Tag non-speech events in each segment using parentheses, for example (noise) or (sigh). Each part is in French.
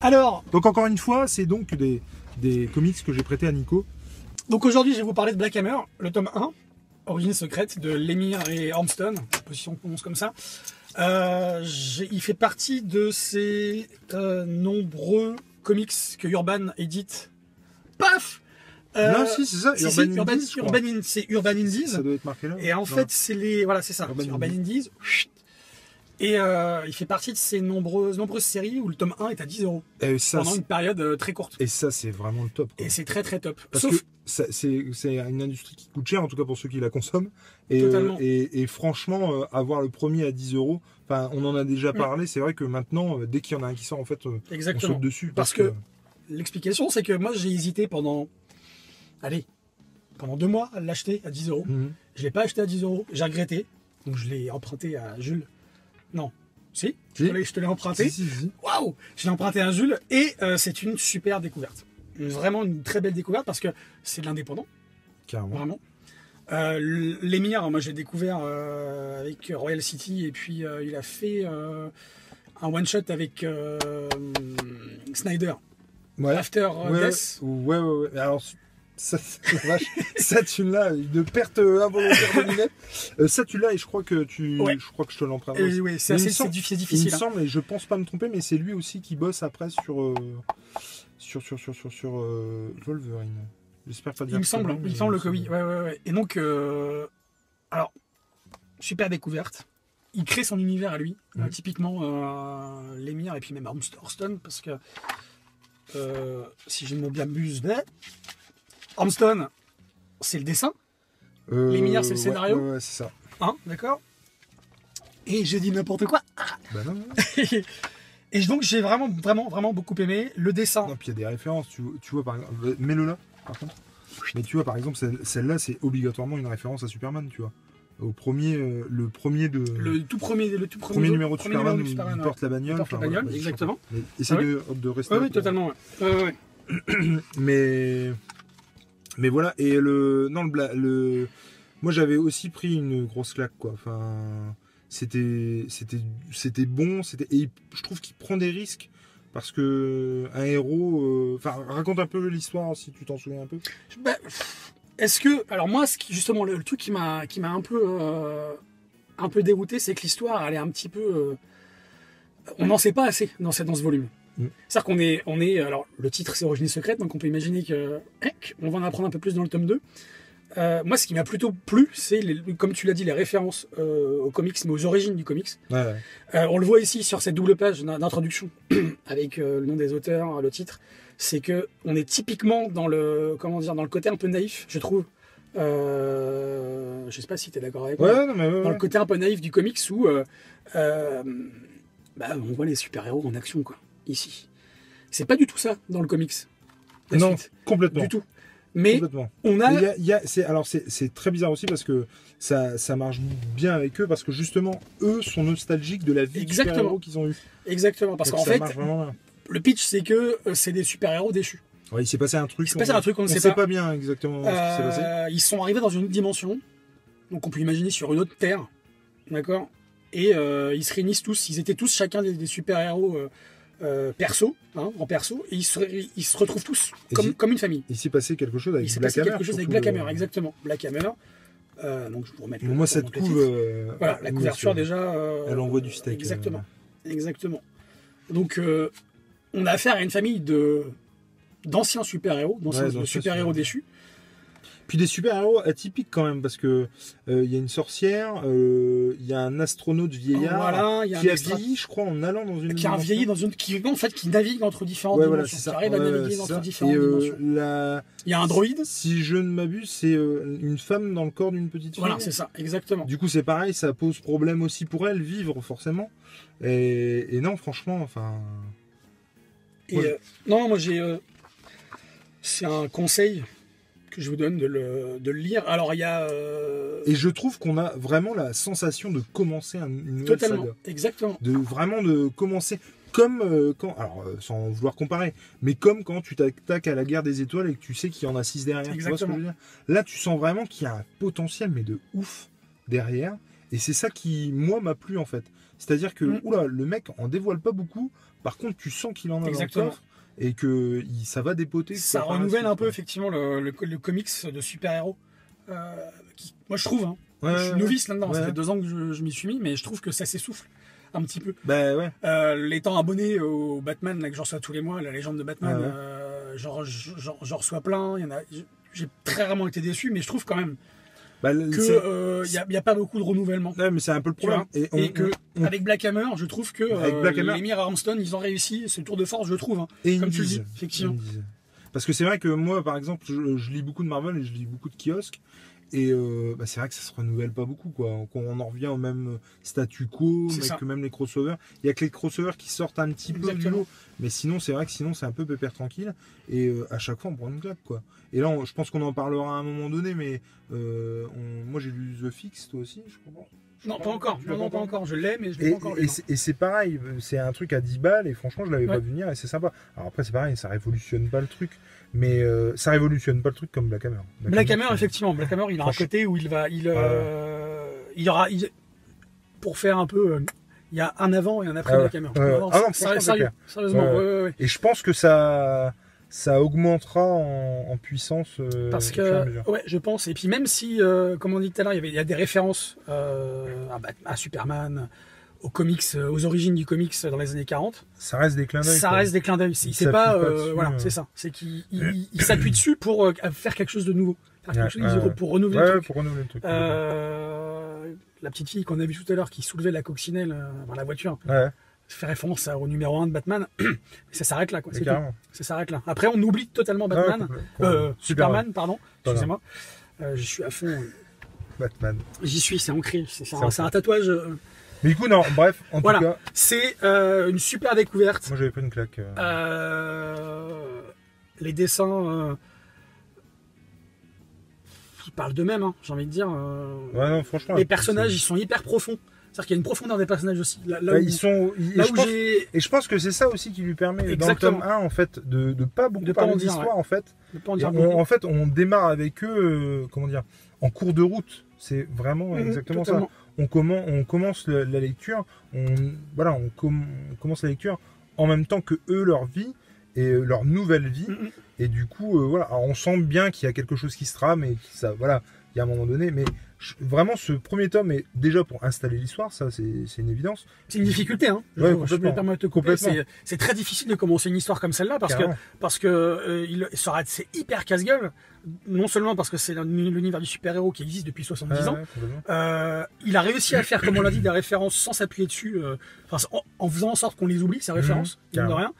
Alors, Donc encore une fois, c'est donc des, des comics que j'ai prêtés à Nico. donc aujourd'hui, je vais vous parler de Black Hammer, le tome 1, Origine secrète de Lemire et Armston, position qu'on prononce comme ça. Euh, j'ai- il fait partie de ces euh, nombreux comics que Urban édite. Paf Euh, non, si, c'est ça. si, si, Urban Urban- Indies, je crois. Urban In- c'est Urban Indies. Ça doit être marqué là. Et en Non. fait, c'est les voilà, c'est ça, Urban c'est Urban Indies. Indies. Chut. Et euh, il fait partie de ces nombreuses nombreuses séries où le tome 1 est à 10 euros Et Eh, ça, pendant c'est- une période euh, très courte. et ça, c'est vraiment le top. quoi. Et c'est très très top. Parce Sauf que ça- c'est c'est une industrie qui coûte cher, en tout cas pour ceux qui la consomment. Et, Totalement. euh, et, et franchement, euh, avoir le premier à 10 euros, enfin, on en a déjà parlé. C'est vrai que maintenant, euh, dès qu'il y en a un qui sort, en fait, euh, on Mm. exactement. saute dessus. Parce que- L'explication, c'est que moi, j'ai hésité pendant, allez, pendant deux mois à l'acheter à 10 euros. Mhm. Je l'ai pas acheté à 10 euros. J'ai regretté. Donc, je l'ai emprunté à Jules. Non. Si, Si. je te l'ai- je te l'ai Si, emprunté. si, si. Waouh Je l'ai emprunté à Jules et euh, c'est une super découverte. Vraiment une très belle découverte parce que c'est de l'indépendant. Carrément. vraiment. Euh, l- L'émir, moi j'ai découvert euh, avec Royal City et puis euh, il a fait euh, un one shot avec euh, Snyder. Ouais. After euh, Ouais, Death. ouais, ouais, ouais, ouais. Alors, ça, la vache, (laughs) cette thune-là, une perte euh, involontaire de lunettes. Euh, cette thune-là, et je crois que tu, Ouais. je crois que je te l'emprunte. Et oui, c'est Mais il assez me semble- c'est diffi- Il me difficile. hein. semble, et je pense pas me tromper, mais c'est lui aussi qui bosse après sur euh, sur sur sur sur, sur, euh, Wolverine. J'espère pas dire. Il me trop semble, hein. long, il mais me semble que oui. Ouais, ouais, ouais. Et donc, euh, alors, super découverte. Il crée son univers à lui. Mhm. Euh, typiquement, euh, l'émir et puis même Armstrong, parce que euh, si je ne m'abuse, bleh, Armstrong, c'est le dessin, Euh, Les milliards, c'est le ouais, scénario Ouais, ouais, c'est ça. hein, d'accord Et j'ai dit n'importe quoi. (laughs) Bah non, non. et donc, j'ai vraiment, vraiment, vraiment beaucoup aimé le dessin. Non, puis il y a des références. Tu, tu vois par exemple, euh, mets-le là. Par contre. Mais tu vois par exemple, celle- celle-là, c'est obligatoirement une référence à Superman, tu vois. Au premier, euh, le premier de. Le tout premier, le tout premier, Premier numéro de premier Superman, numéro de où Superman, il ouais. porte la bagnole. Il porte la enfin, voilà, bagnole, bah, je- exactement. Mais Essaye Ah de, de rester. Oui, là oui, pour- totalement. ouais. Ouais, ouais, ouais. Mais mais voilà et le non le, bla- le moi j'avais aussi pris une grosse claque quoi. Enfin c'était c'était c'était bon, c'était et il- je trouve qu'il prend des risques parce que un héros euh, enfin raconte un peu l'histoire si tu t'en souviens un peu. Bah, pff, Est-ce que alors moi ce qui justement le, le truc qui m'a qui m'a un peu euh, un peu dérouté c'est que l'histoire elle est un petit peu euh, on n'en sait pas assez dans cette dans ce volume. Mm. C'est-à-dire qu'on est on est alors le titre c'est Origine secrète donc on peut imaginer que heck, on va en apprendre un peu plus dans le tome 2. Euh, moi ce qui m'a plutôt plu c'est les- comme tu l'as dit les références euh, aux comics mais aux origines du comics. Ouais. Euh, on le voit ici sur cette double page d'in- d'introduction (clears throat) avec euh, le nom des auteurs, le titre. C'est que on est typiquement dans le comment dire dans le côté un peu naïf, je trouve. Euh, je sais pas si tu es d'accord avec moi. Ouais, non, mais ouais, Dans le ouais. côté un peu naïf du comics où euh, euh, bah, on voit les super héros en action quoi ici. C'est pas du tout ça dans le comics. La Non, suite, complètement. du tout. Mais Complètement. on Mais a il y a- il y a- c'est- alors c'est c'est très bizarre aussi parce que ça, ça marche bien avec eux parce que justement eux sont nostalgiques de la vie de Exactement. super-héros qu'ils ont eu. exactement parce Donc qu'en ça fait marche vraiment bien. le pitch c'est que euh, c'est des super héros déchus. Ouais, il s'est passé un truc. Il s'est passé on- un truc qu'on ne On sait sait pas. pas, bien exactement ce qui s'est passé. Euh, ils sont arrivés dans une autre dimension, donc on peut imaginer sur une autre terre, d'accord Et euh, ils se réunissent tous, ils étaient tous chacun des, des super-héros euh, euh, perso, hein, en perso, et ils se, ré- ils se retrouvent tous Et comme, si- comme une famille. Il s'est passé quelque chose avec Il s'est Black passé Hammer. quelque chose avec surtout, Black euh, Hammer, exactement. Black Hammer, euh, donc je vous remets le- Moi, je cette vous remets le couve. titre. euh, Voilà, la oui, couverture c'est- déjà... euh, Elle envoie du steak. euh, Exactement. Exactement. Donc, euh, on a affaire à une famille de d'anciens super-héros, d'anciens Ouais, d'anciens super-héros super-héros. déchus. euh. Puis des super-héros atypiques quand même, parce que euh, il y a une sorcière, euh, il y a un astronaute vieillard Voilà, hein, il y a qui un a extra- vieilli, je crois, en allant dans une. qui a un dimension. vieilli dans une qui en fait qui navigue entre différentes Ouais, voilà, dimensions qui c'est ça. arrive à Ouais, naviguer c'est entre ça. différentes Et, euh, dimensions la- il y a un droïde Si je ne m'abuse, c'est euh, une femme dans le corps d'une petite fille. voilà c'est ça exactement Du coup, c'est pareil, ça pose problème aussi pour elle, vivre forcément. Et, et non, franchement, enfin. et Ouais. euh, non moi j'ai euh, c'est un conseil que je vous donne de le, de le lire alors il y a euh, Et je trouve qu'on a vraiment la sensation de commencer un- une nouvelle totalement saga. exactement De vraiment de commencer comme euh, quand, alors euh, sans vouloir comparer, mais comme quand tu t'attaques à la guerre des étoiles et que tu sais qu'il y en a six derrière. Tu vois ce que Exactement. je veux dire Là, tu sens vraiment qu'il y a un potentiel, mais de ouf derrière. Et c'est ça qui, moi, m'a plu en fait. C'est-à-dire que, Mm. oula, le mec en dévoile pas beaucoup. Par contre, tu sens qu'il en a Exactement. dans le coffre et que il- ça va dépoter. Ça quoi, par la renouvelle suite, un peu quoi. effectivement le, le, le comics de super-héros. euh, qui- moi je trouve, hein, Ouais, je suis ouais, novice là-dedans, hein. ça Ouais. fait deux ans que je, je m'y suis mis, mais je trouve que ça s'essouffle un petit peu. Bah ouais. Euh, étant abonné au Batman, là que j'en reçois tous les mois, la légende de Batman, Ah ouais. euh, j'en re- j'en- j'en reçois plein, il y en a, j'ai très rarement été déçu, mais je trouve quand même Bah, qu'il n'y c'est- a, il y a pas beaucoup de renouvellement. Ouais, mais c'est un peu le problème. Et, on- Et que on- avec Black Hammer, je trouve que Avec euh, Black Hammer- les Mir Armstrong, ils ont réussi, c'est le tour de force, je trouve, hein, et ils comme tu le disent- dis, effectivement. ils disent. Parce que c'est vrai que moi, par exemple, je, je lis beaucoup de Marvel et je lis beaucoup de kiosques. Et euh, bah, c'est vrai que ça se renouvelle pas beaucoup, quoi. On, on en revient au même statu quo, C'est mais ça. que même les crossovers. Il y a que les crossovers qui sortent un petit peu du Exactement. lot. Mais sinon, c'est vrai que sinon, c'est un peu pépère tranquille. Et euh, à chaque fois, on prend une claque, quoi. Et là, on- je pense qu'on en parlera à un moment donné, mais euh, on- moi, j'ai lu The Fix, toi aussi, je comprends. Je Non, crois pas que encore, tu l'as non, non, pas encore, je l'ai, mais je l'ai Et, pas encore et lu. non. c'est- et c'est pareil, c'est un truc à 10 balles et franchement je l'avais Ouais. pas vu venir et c'est sympa. Alors après c'est pareil, ça révolutionne pas le truc, mais euh, ça révolutionne pas le truc comme Black Hammer. Black Hammer, effectivement, Black Hammer, il a un Franchement. côté où il va, il, euh, il y aura, il- pour faire un peu, euh, il y a un avant et un après Ah ouais. Black Hammer. Ouais, ouais. Ah non, c'est- franchement, c'est sérieux, clair. sérieusement, Ouais, ouais, ouais. ouais, ouais. Et je pense que ça, ça augmentera en, en puissance. euh, Parce au fur et à que, mesure. ouais, je pense. Et puis même si, euh, comme on dit tout à l'heure, il y avait- il y a des références euh, à, Bat- à Superman, aux comics, euh, aux origines du comics dans les années 40, ça reste des clins d'œil. ça quoi. reste des clins d'œil. C'est Il c'est pas, s'appuie pas euh, dessus, voilà, euh. c'est ça. C'est qu'il il- il s'appuie dessus pour euh, faire quelque chose de nouveau, Faire quelque Ouais, chose ouais, ouais. pour renouveler Ouais, le ouais, truc. pour renouveler le truc. Euh, la petite fille qu'on a vue tout à l'heure qui soulevait la coccinelle euh, dans la voiture Ouais, fait référence à- au numéro 1 de Batman. (clears throat) Mais ça s'arrête là, quoi. mais C'est tout. carrément. Ah, Ça s'arrête là. Après, on oublie totalement Batman. Ouais, compl- euh, compl- Superman, pardon. Voilà. Excusez-moi. Euh, je suis à fond. euh, Batman. J'y suis, c'est ancré. C'est c'est C'est un, ancré. c'est un tatouage. euh, Mais du coup non, bref, en Voilà. tout cas, C'est euh, une super découverte. moi j'avais pris une claque. euh, Euh, les dessins. euh, ils parlent d'eux-mêmes, hein, j'ai envie de dire. euh, Ouais non, franchement. les c'est- personnages, ils sont hyper profonds. C'est-à-dire qu'il y a une profondeur des personnages aussi. Là, là Ouais, où- ils sont. ils- Là je où pense- j'ai Et je pense que c'est ça aussi qui lui permet, Exactement. dans le tome 1, en fait, de, de pas beaucoup De pas parler en dire, d'histoire, en fait. je peux en Et dire on- beaucoup. en fait, on démarre avec eux, euh, comment dire, en cours de route. C'est vraiment Mhm, exactement totalement. ça. On, commen- on commence le- la lecture, on, voilà, on, com- on commence la lecture en même temps que eux, leur vie, et euh, leur nouvelle vie. Mhm. Et du coup, euh, voilà, alors on sent bien qu'il y a quelque chose qui se trame et qui- ça, voilà, il y a un moment donné, mais je- vraiment, ce premier tome est déjà pour installer l'histoire, ça, c'est c'est une évidence. C'est une difficulté, hein. Je, Ouais, trouve, je peux me complètement. permettre de te couper. Complètement. C'est- C'est très difficile de commencer une histoire comme celle-là parce carrément. que parce que euh, il sera c'est hyper casse-gueule. Non seulement parce que c'est l'un- l'univers du super-héros qui existe depuis 70 ans. Ouais, ouais, complètement. euh, il a réussi à faire, comme on l'a dit, des références sans s'appuyer dessus, euh, enfin, en, en faisant en sorte qu'on les oublie ces références, mine de Mhm, carrément. rien.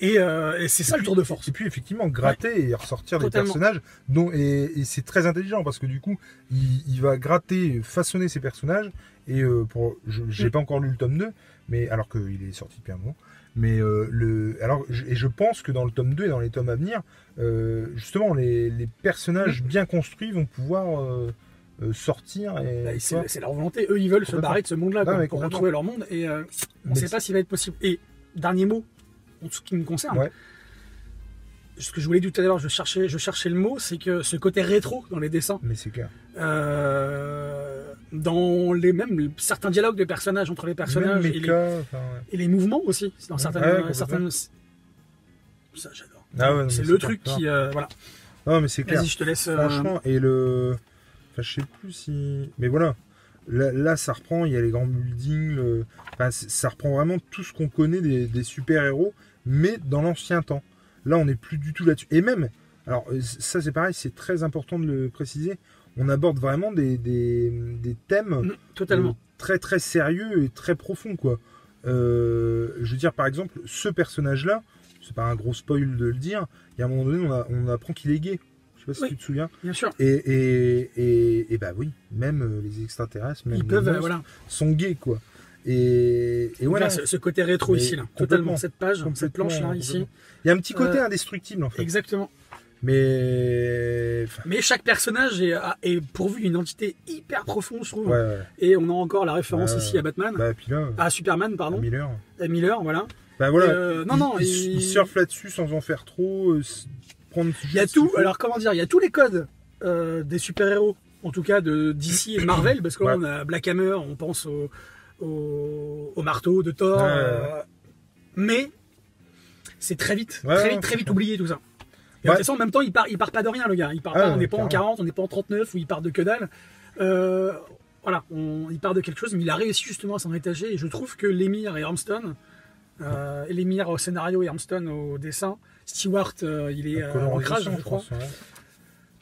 Et, euh, et c'est ça le tour de force. Et puis effectivement gratter et ressortir Totalement. des personnages dont et, et c'est très intelligent parce que du coup il, il va gratter, façonner ses personnages et euh, pour je- j'ai Mm. pas encore lu le tome 2 mais alors qu'il est sorti depuis un moment mais euh, le alors je- et je pense que dans le tome 2 et dans les tomes à venir euh, justement les, les personnages Mm. bien construits vont pouvoir euh, euh, sortir et Bah, tu vois. C'est c'est leur volonté. Eux, ils veulent se Complètement. barrer de ce monde-là Non, quoi, mais pour complètement. retrouver leur monde. Et euh, on ne Mais sait pas s'il va être possible. Et dernier mot, en ce qui me concerne, Ouais. ce que je voulais dire tout à l'heure, je cherchais, je cherchais le mot, c'est que ce côté rétro dans les dessins, mais c'est clair euh, dans les même certains dialogues de personnages entre les personnages Même et, les, Mecha, enfin, ouais. et les mouvements aussi, dans certaines, euh, Ouais, certaines- complètement. ça j'adore. Ah ouais, non, mais c'est c'est le clair, truc clair. qui, euh, voilà. non mais c'est clair Vas-y, je te laisse. euh, Franchement, et le. Enfin, je sais plus si. Mais voilà. Là, là, ça reprend, il y a les grands buildings. le- Enfin, c- ça reprend vraiment tout ce qu'on connaît des, des super-héros, mais dans l'ancien temps. Là, on n'est plus du tout là-dessus. Et même, alors, euh, ça, c'est pareil, c'est très important de le préciser. On aborde vraiment des, des, des thèmes mm, totalement. euh, très très sérieux et très profond quoi. Euh, je veux dire par exemple ce personnage là, c'est pas un gros spoil de le dire, il y a un moment donné on, a- on apprend qu'il est gay. Je sais pas si Oui. tu te souviens. Bien sûr. Et, et, et, et bah oui, même euh, les extraterrestres, même Ils les peuvent, euh, monstres voilà. sont gays quoi. Et, et voilà. Voilà, ce, ce côté rétro Mais ici, là. Totalement. complètement, Cette page, cette complètement, planche, là, ici. complètement. Il y a un petit côté Euh, indestructible en fait. Exactement. Mais enfin, Mais chaque personnage est, a- est pourvu d'une identité hyper profonde, je trouve. ouais, ouais. Et on a encore la référence Ouais. ici à Batman, Bah puis là, à Superman, pardon, Miller. à Miller, voilà. Bah voilà. Euh, non, il- non, il, il- il surfe là-dessus sans en faire trop. euh, s- prendre Il y a tout, alors comment dire, il y a tous les codes euh, des super-héros en tout cas de DC et de Marvel, parce qu'on Ouais. a Black Hammer, on pense au, au- au marteau de Thor, Ouais, ouais, euh, mais c'est très vite, Ouais, très ouais, vite, très vite ouais. oublié tout ça. Et Ouais. De toute façon, en même temps, il part, il part pas de rien, le gars. Il part Ah, pas, on ouais, n'est pas en carrément. 40, on n'est pas en 39, ou il part de que dalle. Euh, voilà, on, il part de quelque chose, mais il a réussi justement à s'en étager. Et je trouve que l'émir et Armstrong, euh, l'émir au scénario et Armstrong au dessin, Stewart, euh, il est La euh, en colorisation, crage, je crois. pense, ouais.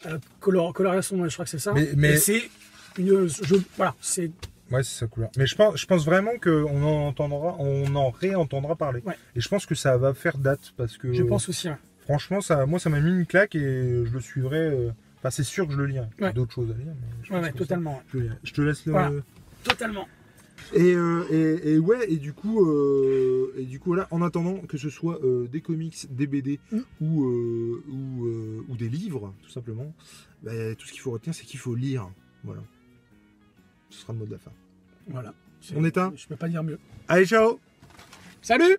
Euh, color, coloration, ouais, je crois que c'est ça. Mais- mais- Et c'est une, je, voilà, c'est Ouais, c'est sa couleur. Mais je pense, je pense vraiment qu'on en entendra, on en réentendra parler. Ouais. Et je pense que ça va faire date parce que je pense aussi. hein. ouais. franchement, ça, moi, ça m'a mis une claque et je le suivrai. euh, Enfin, c'est sûr que je le lirai. Il y a Ouais. D'autres choses à lire. Mais je Ouais, pense ouais, que totalement, ouais. ça, je, le lirai. Je te laisse le. Voilà. totalement. Et, euh, et, et ouais, et du coup, euh, et du coup, là, en attendant que ce soit euh, des comics, des BD Mm. ou, euh, ou, euh, ou des livres, tout simplement, bah, tout ce qu'il faut retenir, c'est qu'il faut lire. Voilà. Ce sera le mot de la fin. Voilà. On éteint Je peux pas dire mieux. Allez, ciao Salut.